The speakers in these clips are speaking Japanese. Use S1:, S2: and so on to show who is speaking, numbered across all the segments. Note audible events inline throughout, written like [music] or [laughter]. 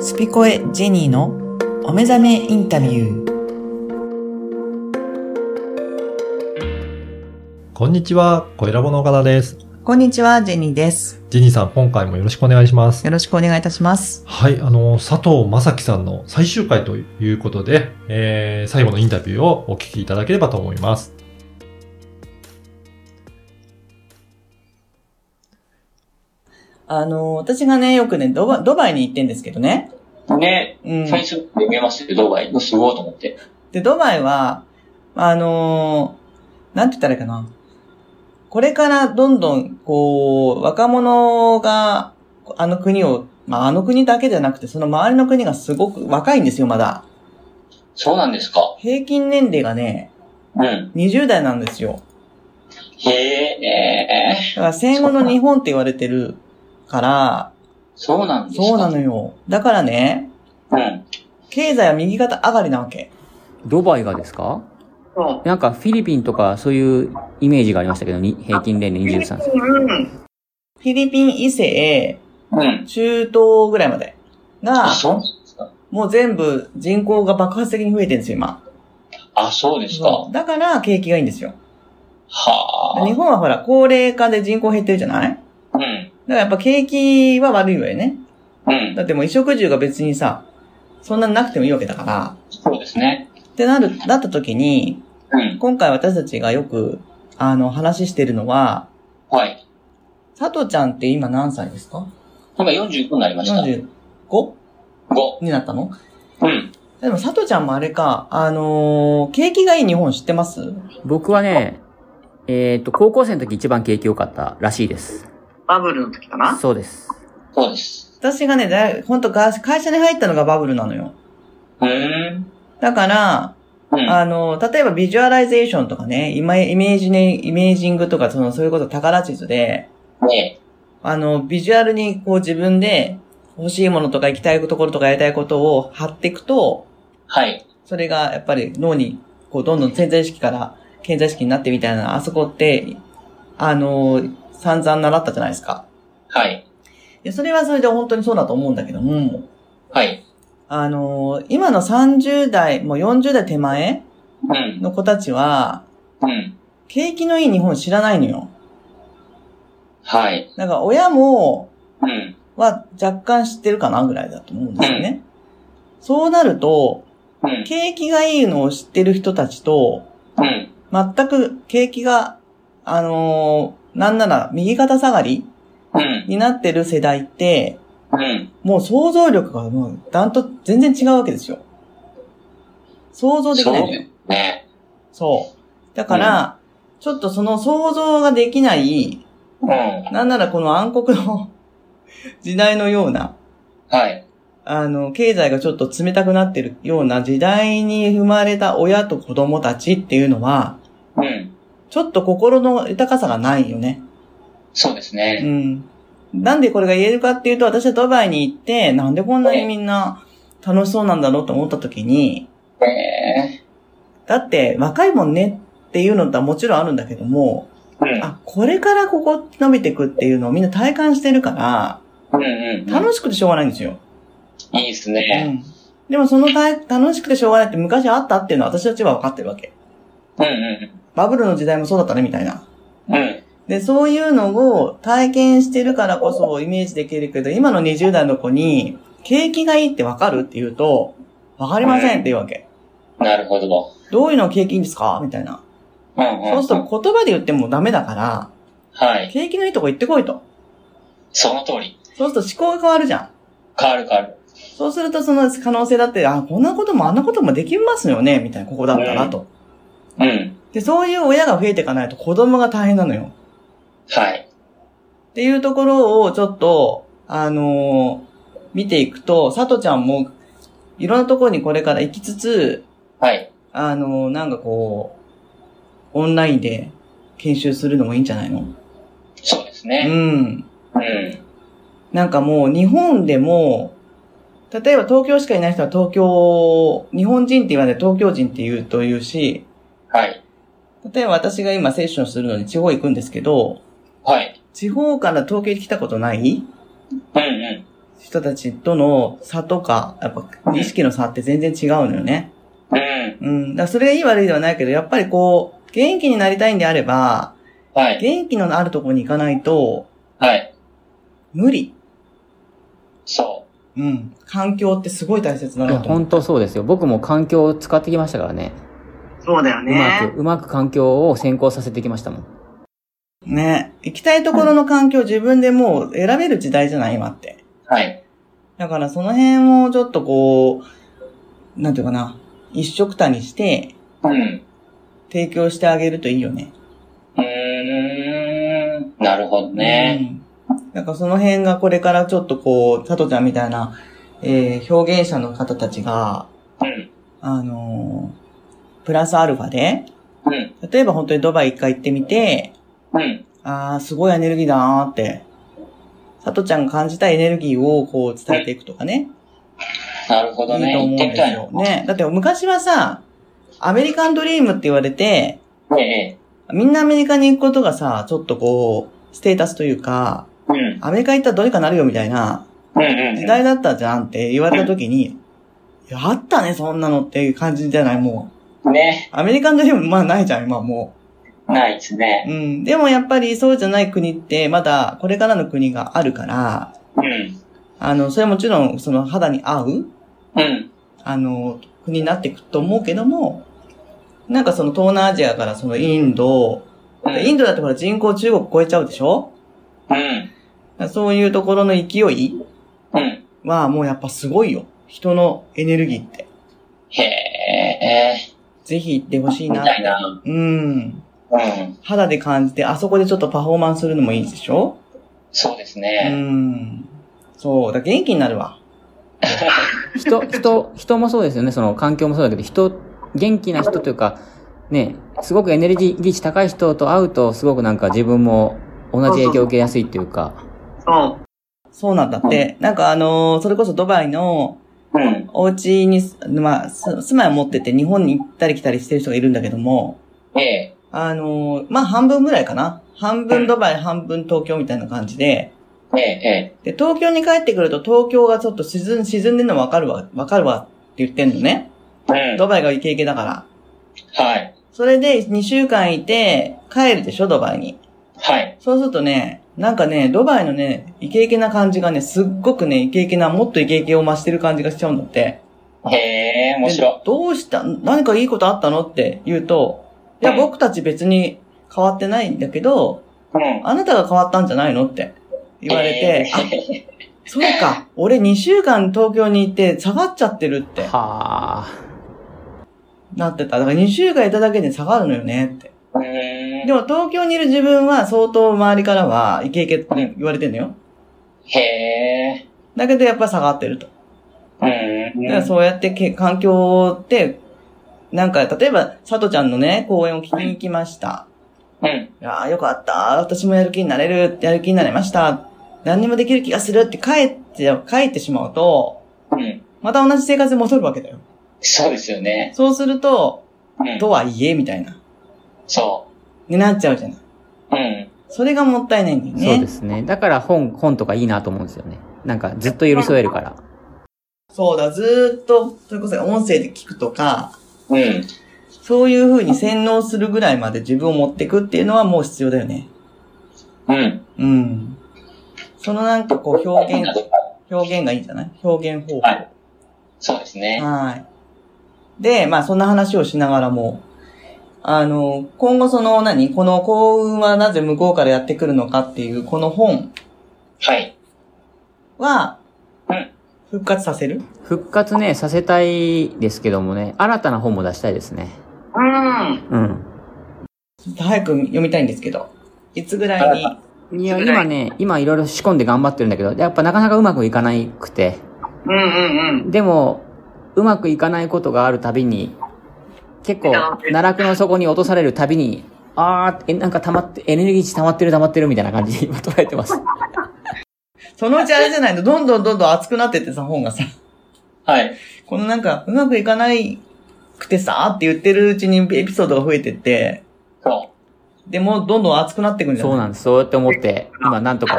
S1: スピコエジェニーのお目覚めインタビュー。
S2: こんにちは、小ラボの岡田です。
S1: こんにちは、ジェニーです。
S2: ジェニーさん、今回もよろしくお願いします。
S1: よろしくお願いいたします。
S2: はい、あの、佐藤正樹さんの最終回ということで、えー、最後のインタビューをお聞きいただければと思います。
S1: あの、私がね、よくね、ドバドバイに行ってんですけどね。
S3: ね、
S1: うん。
S3: 最初って見えましたよ、ドバイ。すごいと思って。
S1: で、ドバイは、あのーなんて言ったらいいかな。これからどんどん、こう、若者が、あの国を、まあ、あの国だけじゃなくて、その周りの国がすごく若いんですよ、まだ。
S3: そうなんですか。
S1: 平均年齢がね、
S3: うん。
S1: 20代なんですよ。
S3: へえ、
S1: だから戦後の日本って言われてるから、
S3: そうなんですか。
S1: そうなのよ。だからね、
S3: うん。
S1: 経済は右肩上がりなわけ。
S4: ドバイがですか
S3: うん。
S4: なんかフィリピンとかそういうイメージがありましたけど、に平均年齢23歳。
S1: フィリピン以西、
S3: うん。
S1: 中東ぐらいまでが
S3: あ、、そうなんですか。
S1: もう全部人口が爆発的に増えてるんですよ、今。
S3: あ、そうですか。
S1: だから景気がいいんですよ。日
S3: は
S1: 本はほら、高齢化で人口減ってるじゃないだか
S3: あ。うん。
S1: らやっぱ景気は悪いわよね。
S3: うん。
S1: だってもう衣食住が別にさ、そんなになくてもいいわけだから。
S3: そうですね。
S1: ってなる、なった時に、
S3: うん。
S1: 今回私たちがよく、あの、話してるのは、
S3: はい。
S1: 佐藤ちゃんって今何歳ですか
S3: 今45になりました。
S1: ?45
S3: 5。
S1: になったの
S3: うん。
S1: でも佐藤ちゃんもあれか、あのー景気がいい日本知ってます
S4: 僕はね、えっ、と、高校生の時一番景気良かったらしいです。
S1: バブルの時か
S4: そうです。
S3: そうです。
S1: 私がね、だいほんとが会社に入ったのがバブルなのよ。
S3: うーん。
S1: だから、
S3: うん。
S1: あの、例えばビジュアライゼーションとかね、イマイメージね、イメージングとか、その、そういうこと宝地図で、
S3: ね
S1: あの、ビジュアルにこう自分で欲しいものとか行きたいところとかやりたいことを貼っていくと、
S3: はい。
S1: それがやっぱり脳に、こう、どんどん潜在意識から潜在意識になってみたいな、あそこって、あの、散々習ったじゃないですか。
S3: はい。
S1: でそれはそれで本当にそうだと思うんだけども、
S3: はい。
S1: あの、今の30代、もう40代手前
S3: うん。
S1: の子たちは、
S3: うん。
S1: 景気のいい日本知らないのよ。
S3: はい。
S1: だから親も、
S3: うん。
S1: は若干知ってるかなぐらいだと思うんですよね。そうなると、
S3: うん。
S1: 景気がいいのを知ってる人たちと、
S3: うん。
S1: 全く景気が、あのーなんなら右肩下がり
S3: うん。
S1: になってる世代って、
S3: うん。
S1: もう想像力がもう、だんと全然違うわけですよ。想像でき
S3: そ
S1: ないうのよ。
S3: ね。
S1: そう。だから、ちょっとその想像ができない、
S3: うん。は
S1: なんならこの暗黒の [laughs] 時代のような、
S3: い。
S1: あの、経済がちょっと冷たくなってるような時代に生まれた親と子供たちっていうのは、
S3: うん。
S1: ちょっと心の豊かさがないよね。
S3: そうです
S1: う
S3: ね。
S1: ん。なんでこれが言えるかっていうと、私はドバイに行って、なんでこんなにみんな楽しそうなんだろうと思った時に、
S3: え
S1: だって若いもんねっていうのとはもちろんあるんだけども、
S3: ーう
S1: [laughs]
S3: ん。
S1: あ、これからここ伸びていくっていうのをみんな体感してるから、
S3: うんうんうん。
S1: 楽しくてしょうがないんですよ。
S3: いいです
S1: う
S3: ね。
S1: ん。でもその体楽しくてしょうがないって昔あったっていうのは私たちは分かってるわけ。
S3: うんう
S1: バブルの時代もそうだったねみたいな。
S3: ん。うん。
S1: で、そういうのを体験してるからこそイメージできるけど、今の20代の子に、景気がいいって分かるって言うと、分かりませんって言うわけ。
S3: なるほど。
S1: どういうの景気いいんですかみたいな。
S3: うんうん
S1: そ
S3: ん。
S1: うすると言葉で言ってもダメだから、
S3: はい。
S1: 景気のいいとこ行ってこいと。
S3: その通り。
S1: そうすると思考が変わるじゃん。
S3: 変わる変わる。
S1: そうするとその可能性だって、あ、こんなこともあんなこともできますよね、みたいな、ここだったらと。
S3: うん。
S1: で、そういう親が増えていかないと子供が大変なのよ。
S3: はい。
S1: っていうところをちょっと、あのー見ていくと、さとちゃんも、いろんなところにこれから行きつつ、
S3: はい。
S1: あのーなんかこう、オンラインで研修するのもいいんじゃないの
S3: そうです
S1: う
S3: ね。
S1: ん。
S3: うん。
S1: なんかもう日本でも、例えば東京しかいない人は東京、日本人って言わない東京人って言うと言うし、
S3: はい。
S1: 例えば私が今セッションするのに地方行くんですけど、
S3: はい。
S1: 地方から東京に来たことない
S3: うんうん。
S1: 人たちとの差とか、やっぱ意識の差って全然違うのよね。
S3: うん。
S1: うん。だからそれがいい悪いではないけど、やっぱりこう、元気になりたいんであれば、
S3: はい。
S1: 元気のあるところに行かないと、
S3: はい。
S1: 無理。
S3: そ
S1: うん。環境ってすごい大切だ
S4: いや、
S1: なと思う。
S4: 本当そうですよ。僕も環境を使ってきましたからね。
S1: そうだよ
S4: うまく、うまく環境を先行させてきましたもん。
S1: ね。行きたいところの環境自分でもう選べる時代じゃない今って。
S3: う。はい。
S1: だからその辺をちょっとこう、なんていうかな。一色たにして、
S3: うん。
S1: 提供してあげるといいよね。
S3: うーん。なるほどね。
S1: うん。なんかその辺がこれからちょっとこう、さとちゃんみたいな、えー表現者の方たちが、
S3: うん。
S1: あのープラスアルファで、
S3: うん。
S1: 例えば本当にドバイ一回行ってみて、
S3: うん。
S1: ああ、すごいエネルギーだなーって、さとちゃんが感じたエネルギーをこう伝えていくとかね。
S3: なるほど
S1: いい
S3: ね。
S1: と思うん
S3: 行ってみ
S1: です
S3: たい
S1: よ。
S3: の。
S1: ね。だって昔はさ、アメリカンドリームって言われて、
S3: ええ。
S1: みんなアメリカに行くことがさ、ちょっとこう、ステータスというか、
S3: うん。うん
S1: アメリカ行ったらどうにかなるよみたいな、
S3: うん。
S1: 時代だったじゃんって言われた時に、いや、あったね、そんなのっていう感じじゃない、もう。
S3: ね。
S1: アメリカンドリーム、まあないじゃん、今も
S3: ないですね。
S1: う。うん。でもやっぱりそうじゃない国って、まだこれからの国があるから、
S3: うん。
S1: あの、それはもちろん、その肌に合う、
S3: うん。
S1: あの、国になっていくと思うけども、なんかその東南アジアからそのインド、
S3: うん。
S1: インドだってほら人口中国超えちゃうでしょ
S3: うん。
S1: そういうところの勢い
S3: うん。
S1: はもうやっぱすごいよ。人のエネルギーって。
S3: へえ。
S1: ぜひ行ってほしい
S3: み
S1: な
S3: たいな。
S1: うん。
S3: うん。
S1: 肌で感じて、あそこでちょっとパフォーマンスするのもいいでしょ
S3: そうです
S1: う
S3: ね。
S1: ん。そう。だから元気になるわ。
S3: [laughs]
S4: 人、人、人もそうですよね。その環境もそうだけど、人、元気な人というか、ね、すごくエネルギー値高い人と会うと、すごくなんか自分も同じ影響を受けやすいっていうか、
S1: そう。そうなんだって。なんかあのーそれこそドバイの
S3: うん。
S1: お家にす、まあ、す住まいを持ってて日本に行ったり来たりしてる人がいるんだけども、
S3: ええ。
S1: あのーまあ半分ぐらいかな。半分ドバイ、半分東京みたいな感じで、
S3: ええ。
S1: で、東京に帰ってくると東京がちょっと沈ん、沈んでるのわかるわ、わかるわって言ってんのね。
S3: ええ。うん。
S1: ドバイがイケイケだから。
S3: はい。
S1: それで2週間いて帰るでしょ、ドバイに。
S3: はい。
S1: そうするとね、なんかね、ドバイのね、イケイケな感じがね、すっごくね、イケイケな、もっとイケイケを増してる感じがしちゃうんだって。
S3: へえ、面白
S1: でどうした、何かいいことあったのって言うと、いや、
S3: うん
S1: 僕たち別に変わってないんだけど、
S3: い。うん。
S1: あなたが変わったんじゃないのって言われて、あ、
S3: ええ
S1: そうか、俺2週間東京に行って下がっちゃってるって
S4: はあ、
S1: なってた。だから2週間いただけで下がるのよねって。
S3: うーん
S1: でも東京にいる自分は相当周りからはイケイケって言われてんのよ。
S3: へえ。
S1: だけどやっぱ下がってると。
S3: う
S1: だから
S3: ーん。
S1: そうやってけ環境って、なんか例えば、さとちゃんのね、講演を聞きに行きました。
S3: うん。
S1: いやーよかった。私もやる気になれる。やる気になれました。何にもできる気がするって帰って、帰ってしまうと、
S3: うん。
S1: また同じ生活に戻るわけだよ。
S3: そうですよね。
S1: そうすると、
S3: うん。
S1: とはいえ、みたいな。
S3: そ
S1: になっちゃうじゃない。
S3: う。うん。
S1: それがもったいないんだよね。
S4: そうですね。だから本、本とかいいなと思うんですよね。なんかずっと寄り添えるから。
S1: そうだ、ずーっと、それこそ音声で聞くとか、
S3: うん。
S1: そういう風に洗脳するぐらいまで自分を持ってくっていうのはもう必要だよね。
S3: うん。
S1: うん。そのなんかこう表現、表現がいいんじゃない表現方法。
S3: はいそうですね。
S1: はい。で、まあそんな話をしながらも、あの、今後その何この幸運はなぜ向こうからやってくるのかっていうこの本
S3: はい。
S1: は
S3: うん、
S1: 復活させる
S4: 復活ね、させたいですけどもね、新たな本も出したいですね。
S1: うん。
S4: うん。
S1: ちょっと早く読みたいんですけど、いつぐらいに。
S4: いや、今ね、今いろいろ仕込んで頑張ってるんだけど、やっぱなかなかうまくいかないくて。
S1: うんうんうん。
S4: でも、うまくいかないことがあるたびに、結構、奈落の底に落とされるたびに、あー、え、なんか溜まって、エネルギー値溜まってる溜まってるみたいな感じで今 [laughs] 捉えてます。
S1: そのうちあれじゃないの、どんどんどんどん熱くなってってさ、本がさ、 [laughs]
S3: はい。
S1: このなんか、うまくいかないくてさ、って言ってるうちにエピソードが増えてって、
S3: そ
S1: でもうどんどん熱くなってくるんじゃ
S4: そ
S1: ないう
S4: なんです。そうやって思って、今なんとか、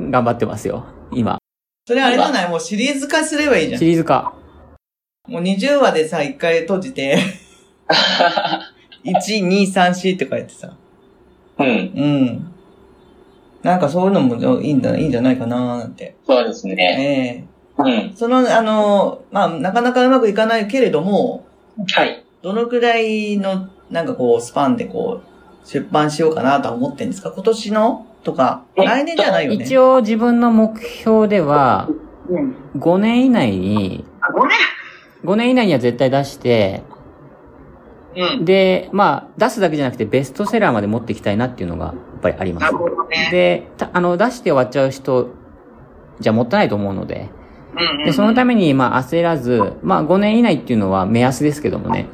S4: 頑張ってますよ。今。
S1: それあれじゃないもうシリーズ化すればいいじゃ
S4: シリーズ化。
S1: ん。もう20話でさ、一回閉じて、1、2、3、4って書いてさ。
S3: うん。 [laughs]
S1: うん。なんかそういうのもいいんだ、いいんじゃないかなーなんて。
S3: そうですね。
S1: ええ
S3: うん。
S1: その、あの、まあ、なかなかうまくいかないけれども、
S3: はい。
S1: どのくらいの、なんかこう、スパンでこう、出版しようかなとは思ってんですか今年のとか、
S3: えっと
S1: 来年じゃないよね。
S4: 一応自分の目標では、
S3: うん。
S4: 5年以内に、
S3: あ、ごめん。
S4: 5年以内には絶対出して、
S3: うん。
S4: で、まあ、出すだけじゃなくてベストセラーまで持っていきたいなっていうのが、やっぱりありま
S3: な
S4: す
S3: る。ほどね。
S4: で、たあの、出して終わっちゃう人、じゃもったいないと思うので、
S3: うん、うん。
S4: で、そのた
S3: め。
S4: めに、まあ、焦らず、まあ、5年以内っていうのは目安ですけどもね。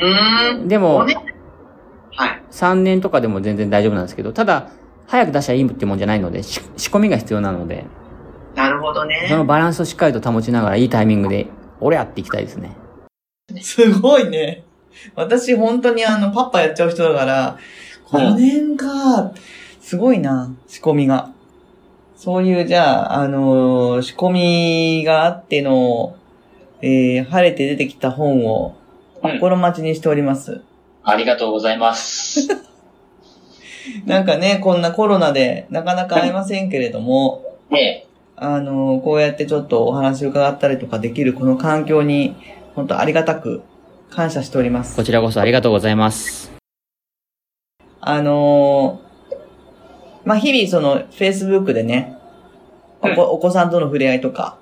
S3: うーん。
S4: でも
S3: 5、年はい。
S4: 3年とかでも全然大丈夫なんですけど、ただ、早く出したらいいってもんじゃないので、し仕込みが必要なので、
S3: なるほどね。
S4: そのバランスをしっかりと保ちながら、いいタイミングで、俺やっていきたいですね。
S1: すごいね。私本当にあの、パッパやっちゃう人だから、5年か。すごいな、仕込みが。そういう、じゃあ、あのー仕込みがあっての、えー、晴れて出てきた本を
S3: うん、
S1: 心待ちにしております。
S3: ありがとうござ
S1: [laughs]
S3: います。
S1: なんかね、こんなコロナでなかなか会えませんけれども、
S3: ね
S1: あのーこうやってちょっとお話を伺ったりとかできるこの環境に、本当ありがたく感謝しております
S4: こ。ちらこそありがとうございます。
S1: あのーまあ、日々その、Facebook でね、お子お子さんとの触れ合いとか、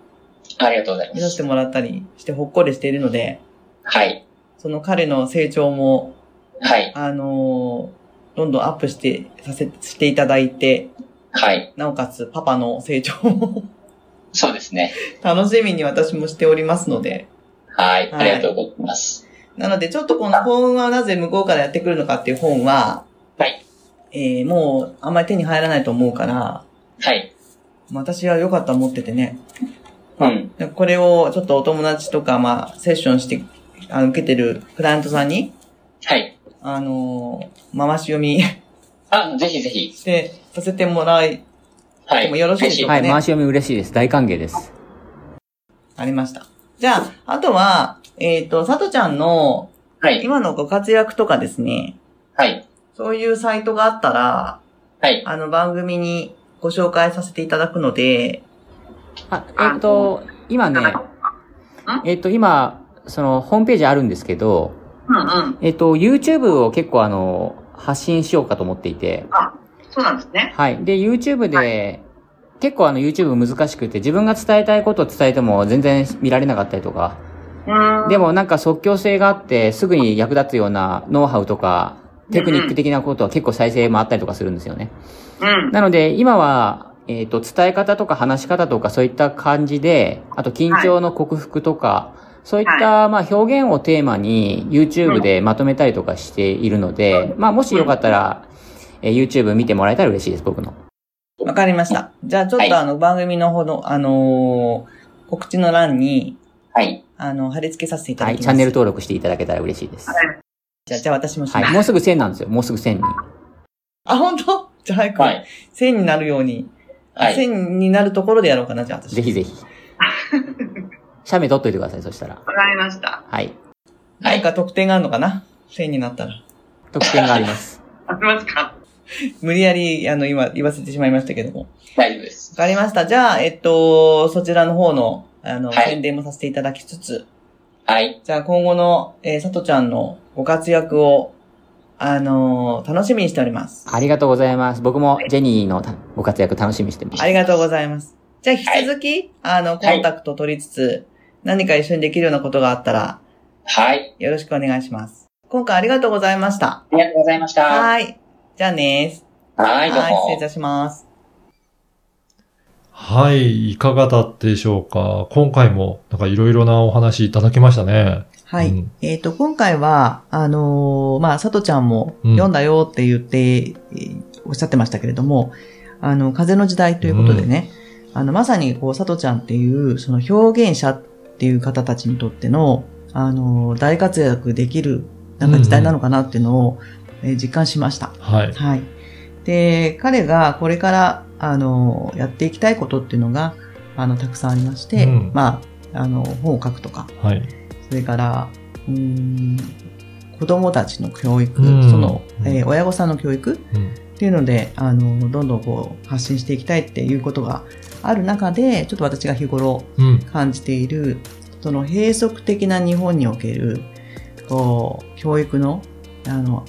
S3: え、ありがとうございま
S1: 見させ
S3: す。
S1: てもらったりしてほっこりしているので、
S3: はい。
S1: その彼の成長も、
S3: はい。
S1: あのーどんどんアップして、させ、していただいて、
S3: はい。
S1: なおかつパパの成長も [laughs]
S3: そうですね。
S1: 楽しみに私もしておりますので、
S3: はい。
S1: は
S3: あ
S1: い
S3: りがとうございます。
S1: なのでちょっとこの幸運はなぜ向こうからやってくるのかっていう本は、
S3: はい。
S1: えー、もうあんまり手に入らないと思うから、
S3: はい。
S1: まあ私は良かったら持っててね、
S3: うん。
S1: これをちょっとお友達とか、まあ、セッションして、あの、受けてるクライアントさんに、
S3: はい。
S1: あのー回し読み
S3: あ、ぜひぜひ。
S1: して、させてもらい、
S3: は
S1: でも
S3: い。
S1: よろしいでしょう
S4: は
S1: か
S4: い、
S1: ね。
S4: 回し読み嬉しいです。大歓迎です。
S1: ありました。じゃあ、あとは、えっ、と、さとちゃんの、
S3: はい。
S1: 今のご活躍とかですね、
S3: はい。
S1: そういうサイトがあったら、
S3: はい。
S1: あの、番組にご紹介させていただくので、
S4: あ、えっ、と、今ね、えっ、と、今、その、ホームページあるんですけど、
S3: うんうん。
S4: えっ、と、YouTube を結構あの、発信しようかと思っていて、
S3: そうなんですね。
S4: はい。で、YouTube で、結構あの YouTube 難しくて、自分が伝えたいことを伝えても全然見られなかったりとか、
S3: うん
S4: でもなんか即興性があって、すぐに役立つようなノウハウとか、テクニック的なことは結構再生もあったりとかするんですよね。
S3: うん。
S4: なので、今は、えっ、と、伝え方とか話し方とかそういった感じで、あと緊張の克服とか、そういった、まあ、表現をテーマに YouTube でまとめたりとかしているので、まあ、もしよかったら、えー YouTube 見てもらえたら嬉しいです、僕の。
S1: わかりました。じゃあ、ちょっ
S3: はい
S1: とあの、番組のほど、あのー告知の欄に、
S3: はい。
S1: あの、貼り付けさせていただ
S4: は
S1: きま
S4: い、
S1: す。
S4: チャンネル登録していただけたら嬉しいです。
S1: じゃあ、じゃあ私もします。
S4: はい、もうすぐ1000なんですよ、もうすぐ1000に。
S1: あ、本当 [laughs] じゃあ早く、
S3: はい。
S1: 1000になるように、
S3: はい
S1: 1000になるところでやろうかな、じゃあ私。
S4: ぜひぜひ。写メ撮っといてください、そしたら。
S3: わかりました。
S4: はい、
S1: なんか特典があるのかな ?1000 になったら。
S4: 特典があります。
S3: ありますか
S1: [laughs] 無理やり、あの、今、言わせてしまいましたけども。わ
S3: 大丈夫です。
S1: かりました。じゃあ、えっと、そちらの方の、あの、
S3: はい
S1: 宣伝もさせていただきつつ、
S3: はい。
S1: じゃあ今後の、えー、さとちゃんのご活躍を、あのー楽しみにしております。
S4: ありがとうございます。僕もジェニーのご活躍楽しみにしてます
S1: あ。りがとうございます。じゃあ、引き続き、あの、コンタクト取りつつ、何か一緒にできるようなことがあったら、
S3: はい。
S1: よろしくお願いします。今回ありがとうございました。
S3: ありがとうございました。
S1: はい。じゃあね
S3: は
S1: ー。
S3: い、どう
S1: 失礼い
S3: も。
S1: たします。
S2: はい、いかがだったでしょうか今回もなんかいろいろなお話いただきましたね。
S1: はい。
S2: うん
S1: えっ、と、今回は、あのーまあ、さとちゃんも
S2: うん
S1: 読んだよって言って、えーおっしゃってましたけれども、あの、風の時代ということでね、あの、まさにこう、さとちゃんっていう、その表現者っていう方たちにとっての、あのー大活躍できる、なんか時代なのかなっていうのを、えー実感しました。
S2: はい。
S1: はい。で、彼がこれから、あの、やっていきたいことっていうのが、あの、たくさんありまして、
S2: うん
S1: まあ、あの、本を書くとか、
S2: はい。
S1: それから、うーん、子供たちの教育、
S2: うん
S1: その、
S2: うん
S1: えー親御さんの教育
S2: うん
S1: っていうので、あの、どんどんこう、発信していきたいっていうことがある中で、ちょっと私が日頃
S2: うん。
S1: 感じている、その閉塞的な日本における、こう、教育の、あの、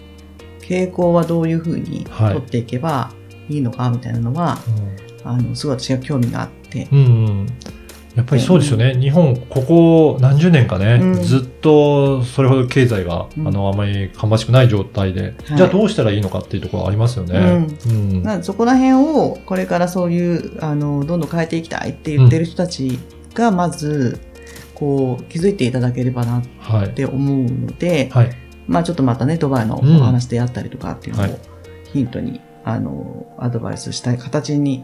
S1: 傾向はどういうふうに
S2: はい
S1: 取っていけばいいのか、みたいなのは、あの、すごい私が興味があって、
S2: うん。うん。やっぱりそうですよね。日本、ここ何十年かね、
S1: うん
S2: ずっとそれほど経済が、
S1: うん
S2: あの、あまり芳しくない状態で、
S1: はい
S2: じゃあどうしたらいいのかっていうところありますよね。うん。
S1: なんでそこら辺をこれからそういうあのどんどん変えていきたいって言ってる人たちがまず、こう気づいていただければなっ
S2: はい。
S1: て思うので、
S2: はい。
S1: まあちょっとまたねドバイのお
S2: うん
S1: 話であったりとかっていうのを
S2: はい
S1: ヒントに、あのアドバイスしたい形に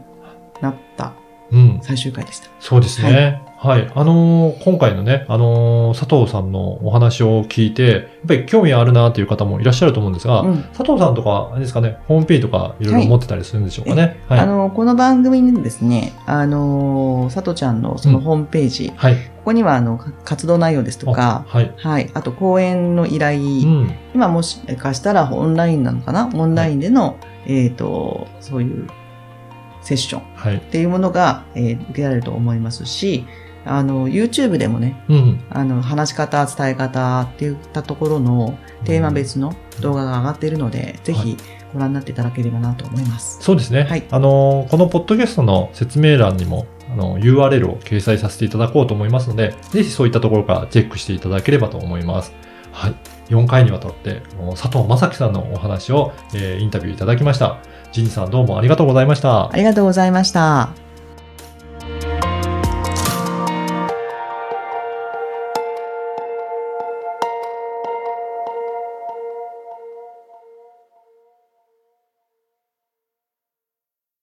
S1: なった
S2: うん。
S1: 最終回でした。
S2: そうですね。はい。あのー今回のね、あのー佐藤さんのお話を聞いて、やっぱり興味あるなという方もいらっしゃると思うんですが、
S1: うん
S2: 佐藤さんとか、あれですかね、ホームページとかいろいろ持ってたりするんでしょうかね。はい。
S1: あのこの番組にですね、あのさとちゃんのそのホームページ、こ
S2: はい。
S1: こにはあのか活動内容ですとか
S2: あ、はい。
S1: はい、あと講演の依頼、
S2: うん。
S1: 今もしかしたらオンラインなのかなオンラインでの、えっ、と、そういうセッションっ
S2: はい。
S1: ていうものが、えー受けられると思いますし、あの、YouTube でもね、
S2: うん。
S1: あの、話し方、伝え方っていったところのテーマ別の動画が上がっているので、ぜ
S2: は
S1: ひご覧になっていただければなと思います。
S2: そうですね。
S1: はい
S2: あのーこのポッドキャストの説明欄にも、あの、URL を掲載させていただこうと思いますので、ぜひそういったところからチェックしていただければと思います。はい。4回にわたって、もう佐藤正樹さんのお話を、えーインタビューいただきました。ジニさんどうもありがとうございました。
S1: ありがとうございました。